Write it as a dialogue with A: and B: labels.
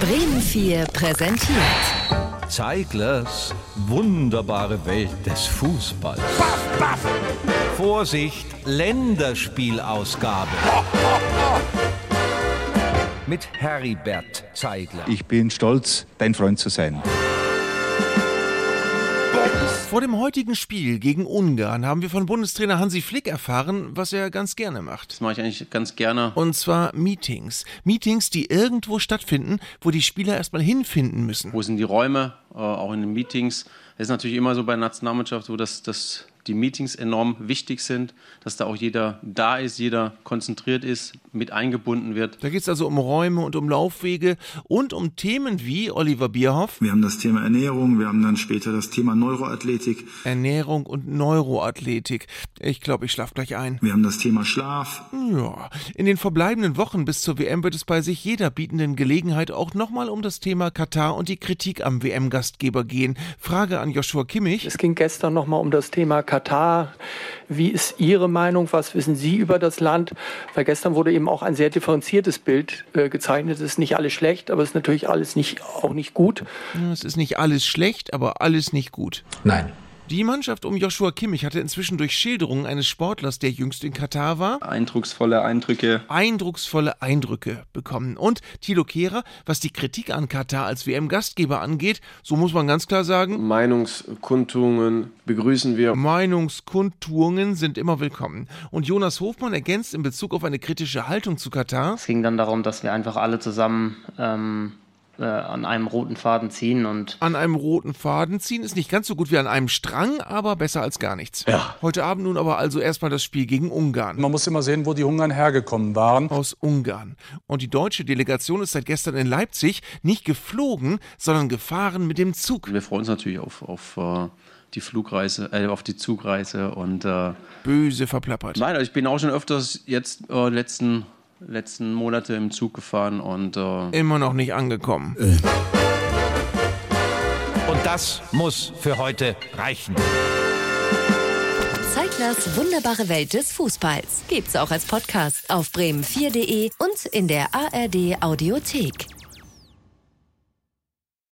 A: Bremen 4 präsentiert.
B: Zeiglers wunderbare Welt des Fußballs. Vorsicht, Länderspielausgabe. Mit Heribert Zeigler.
C: Ich bin stolz, dein Freund zu sein.
D: Vor dem heutigen Spiel gegen Ungarn haben wir von Bundestrainer Hansi Flick erfahren, was er ganz gerne macht.
E: Das mache ich eigentlich ganz gerne.
D: Und zwar Meetings. Meetings, die irgendwo stattfinden, wo die Spieler erstmal hinfinden müssen.
E: Wo sind die Räume, äh, auch in den Meetings. Es ist natürlich immer so bei der Nationalmannschaft, wo das, das, die Meetings enorm wichtig sind, dass da auch jeder da ist, jeder konzentriert ist, mit eingebunden wird.
D: Da geht es also um Räume und um Laufwege und um Themen wie Oliver Bierhoff,
F: Wir haben das Thema Ernährung, wir haben dann später das Thema Neuroathletik,
D: Ernährung und Neuroathletik. Ich glaube, ich schlaf gleich ein.
F: wir haben das Thema Schlaf,
D: Ja, in den verbleibenden Wochen bis zur WM wird es bei sich jeder bietenden Gelegenheit auch nochmal um das Thema Katar und die Kritik am WM-Gastgeber gehen. Frage an Joshua Kimmich.
G: Es ging gestern nochmal um das Thema Katar. Wie ist Ihre Meinung? Was wissen Sie über das Land? Weil gestern wurde eben auch ein sehr differenziertes Bild äh, gezeichnet. Es ist nicht alles schlecht, aber es ist natürlich alles nicht, auch nicht gut.
D: Es ist nicht alles schlecht, aber alles nicht gut.
H: Nein.
D: Die Mannschaft um Joshua Kimmich hatte inzwischen durch Schilderungen eines Sportlers, der jüngst in Katar war,
E: Eindrucksvolle Eindrücke.
D: eindrucksvolle Eindrücke bekommen. Und Thilo Kehrer, was die Kritik an Katar als WM-Gastgeber angeht, so muss man ganz klar sagen,
I: Meinungskundtungen begrüßen wir.
D: Meinungskundtungen sind immer willkommen. Und Jonas Hofmann ergänzt in Bezug auf eine kritische Haltung zu Katar,
J: Es ging dann darum, dass wir einfach alle zusammen ähm, äh, an einem roten Faden ziehen und
D: an einem roten Faden ziehen ist nicht ganz so gut wie an einem Strang, aber besser als gar nichts. Heute Abend nun aber also erstmal das Spiel gegen Ungarn.
K: Man muss immer sehen, wo die Ungarn hergekommen waren.
D: aus Ungarn. Und die deutsche Delegation ist seit gestern in Leipzig nicht geflogen, sondern gefahren mit dem Zug.
E: Wir freuen uns natürlich auf, auf äh, die Flugreise, äh, auf die Zugreise. Und äh,
D: Böse verplappert.
E: nein, also ich bin auch schon öfters jetzt äh, letzten letzten Monate im Zug gefahren und äh,
D: Immer noch nicht angekommen.
B: Und das muss für heute reichen.
A: Zeiglers wunderbare Welt des Fußballs. Gibt's auch als Podcast auf bremen4.de und in der ARD Audiothek.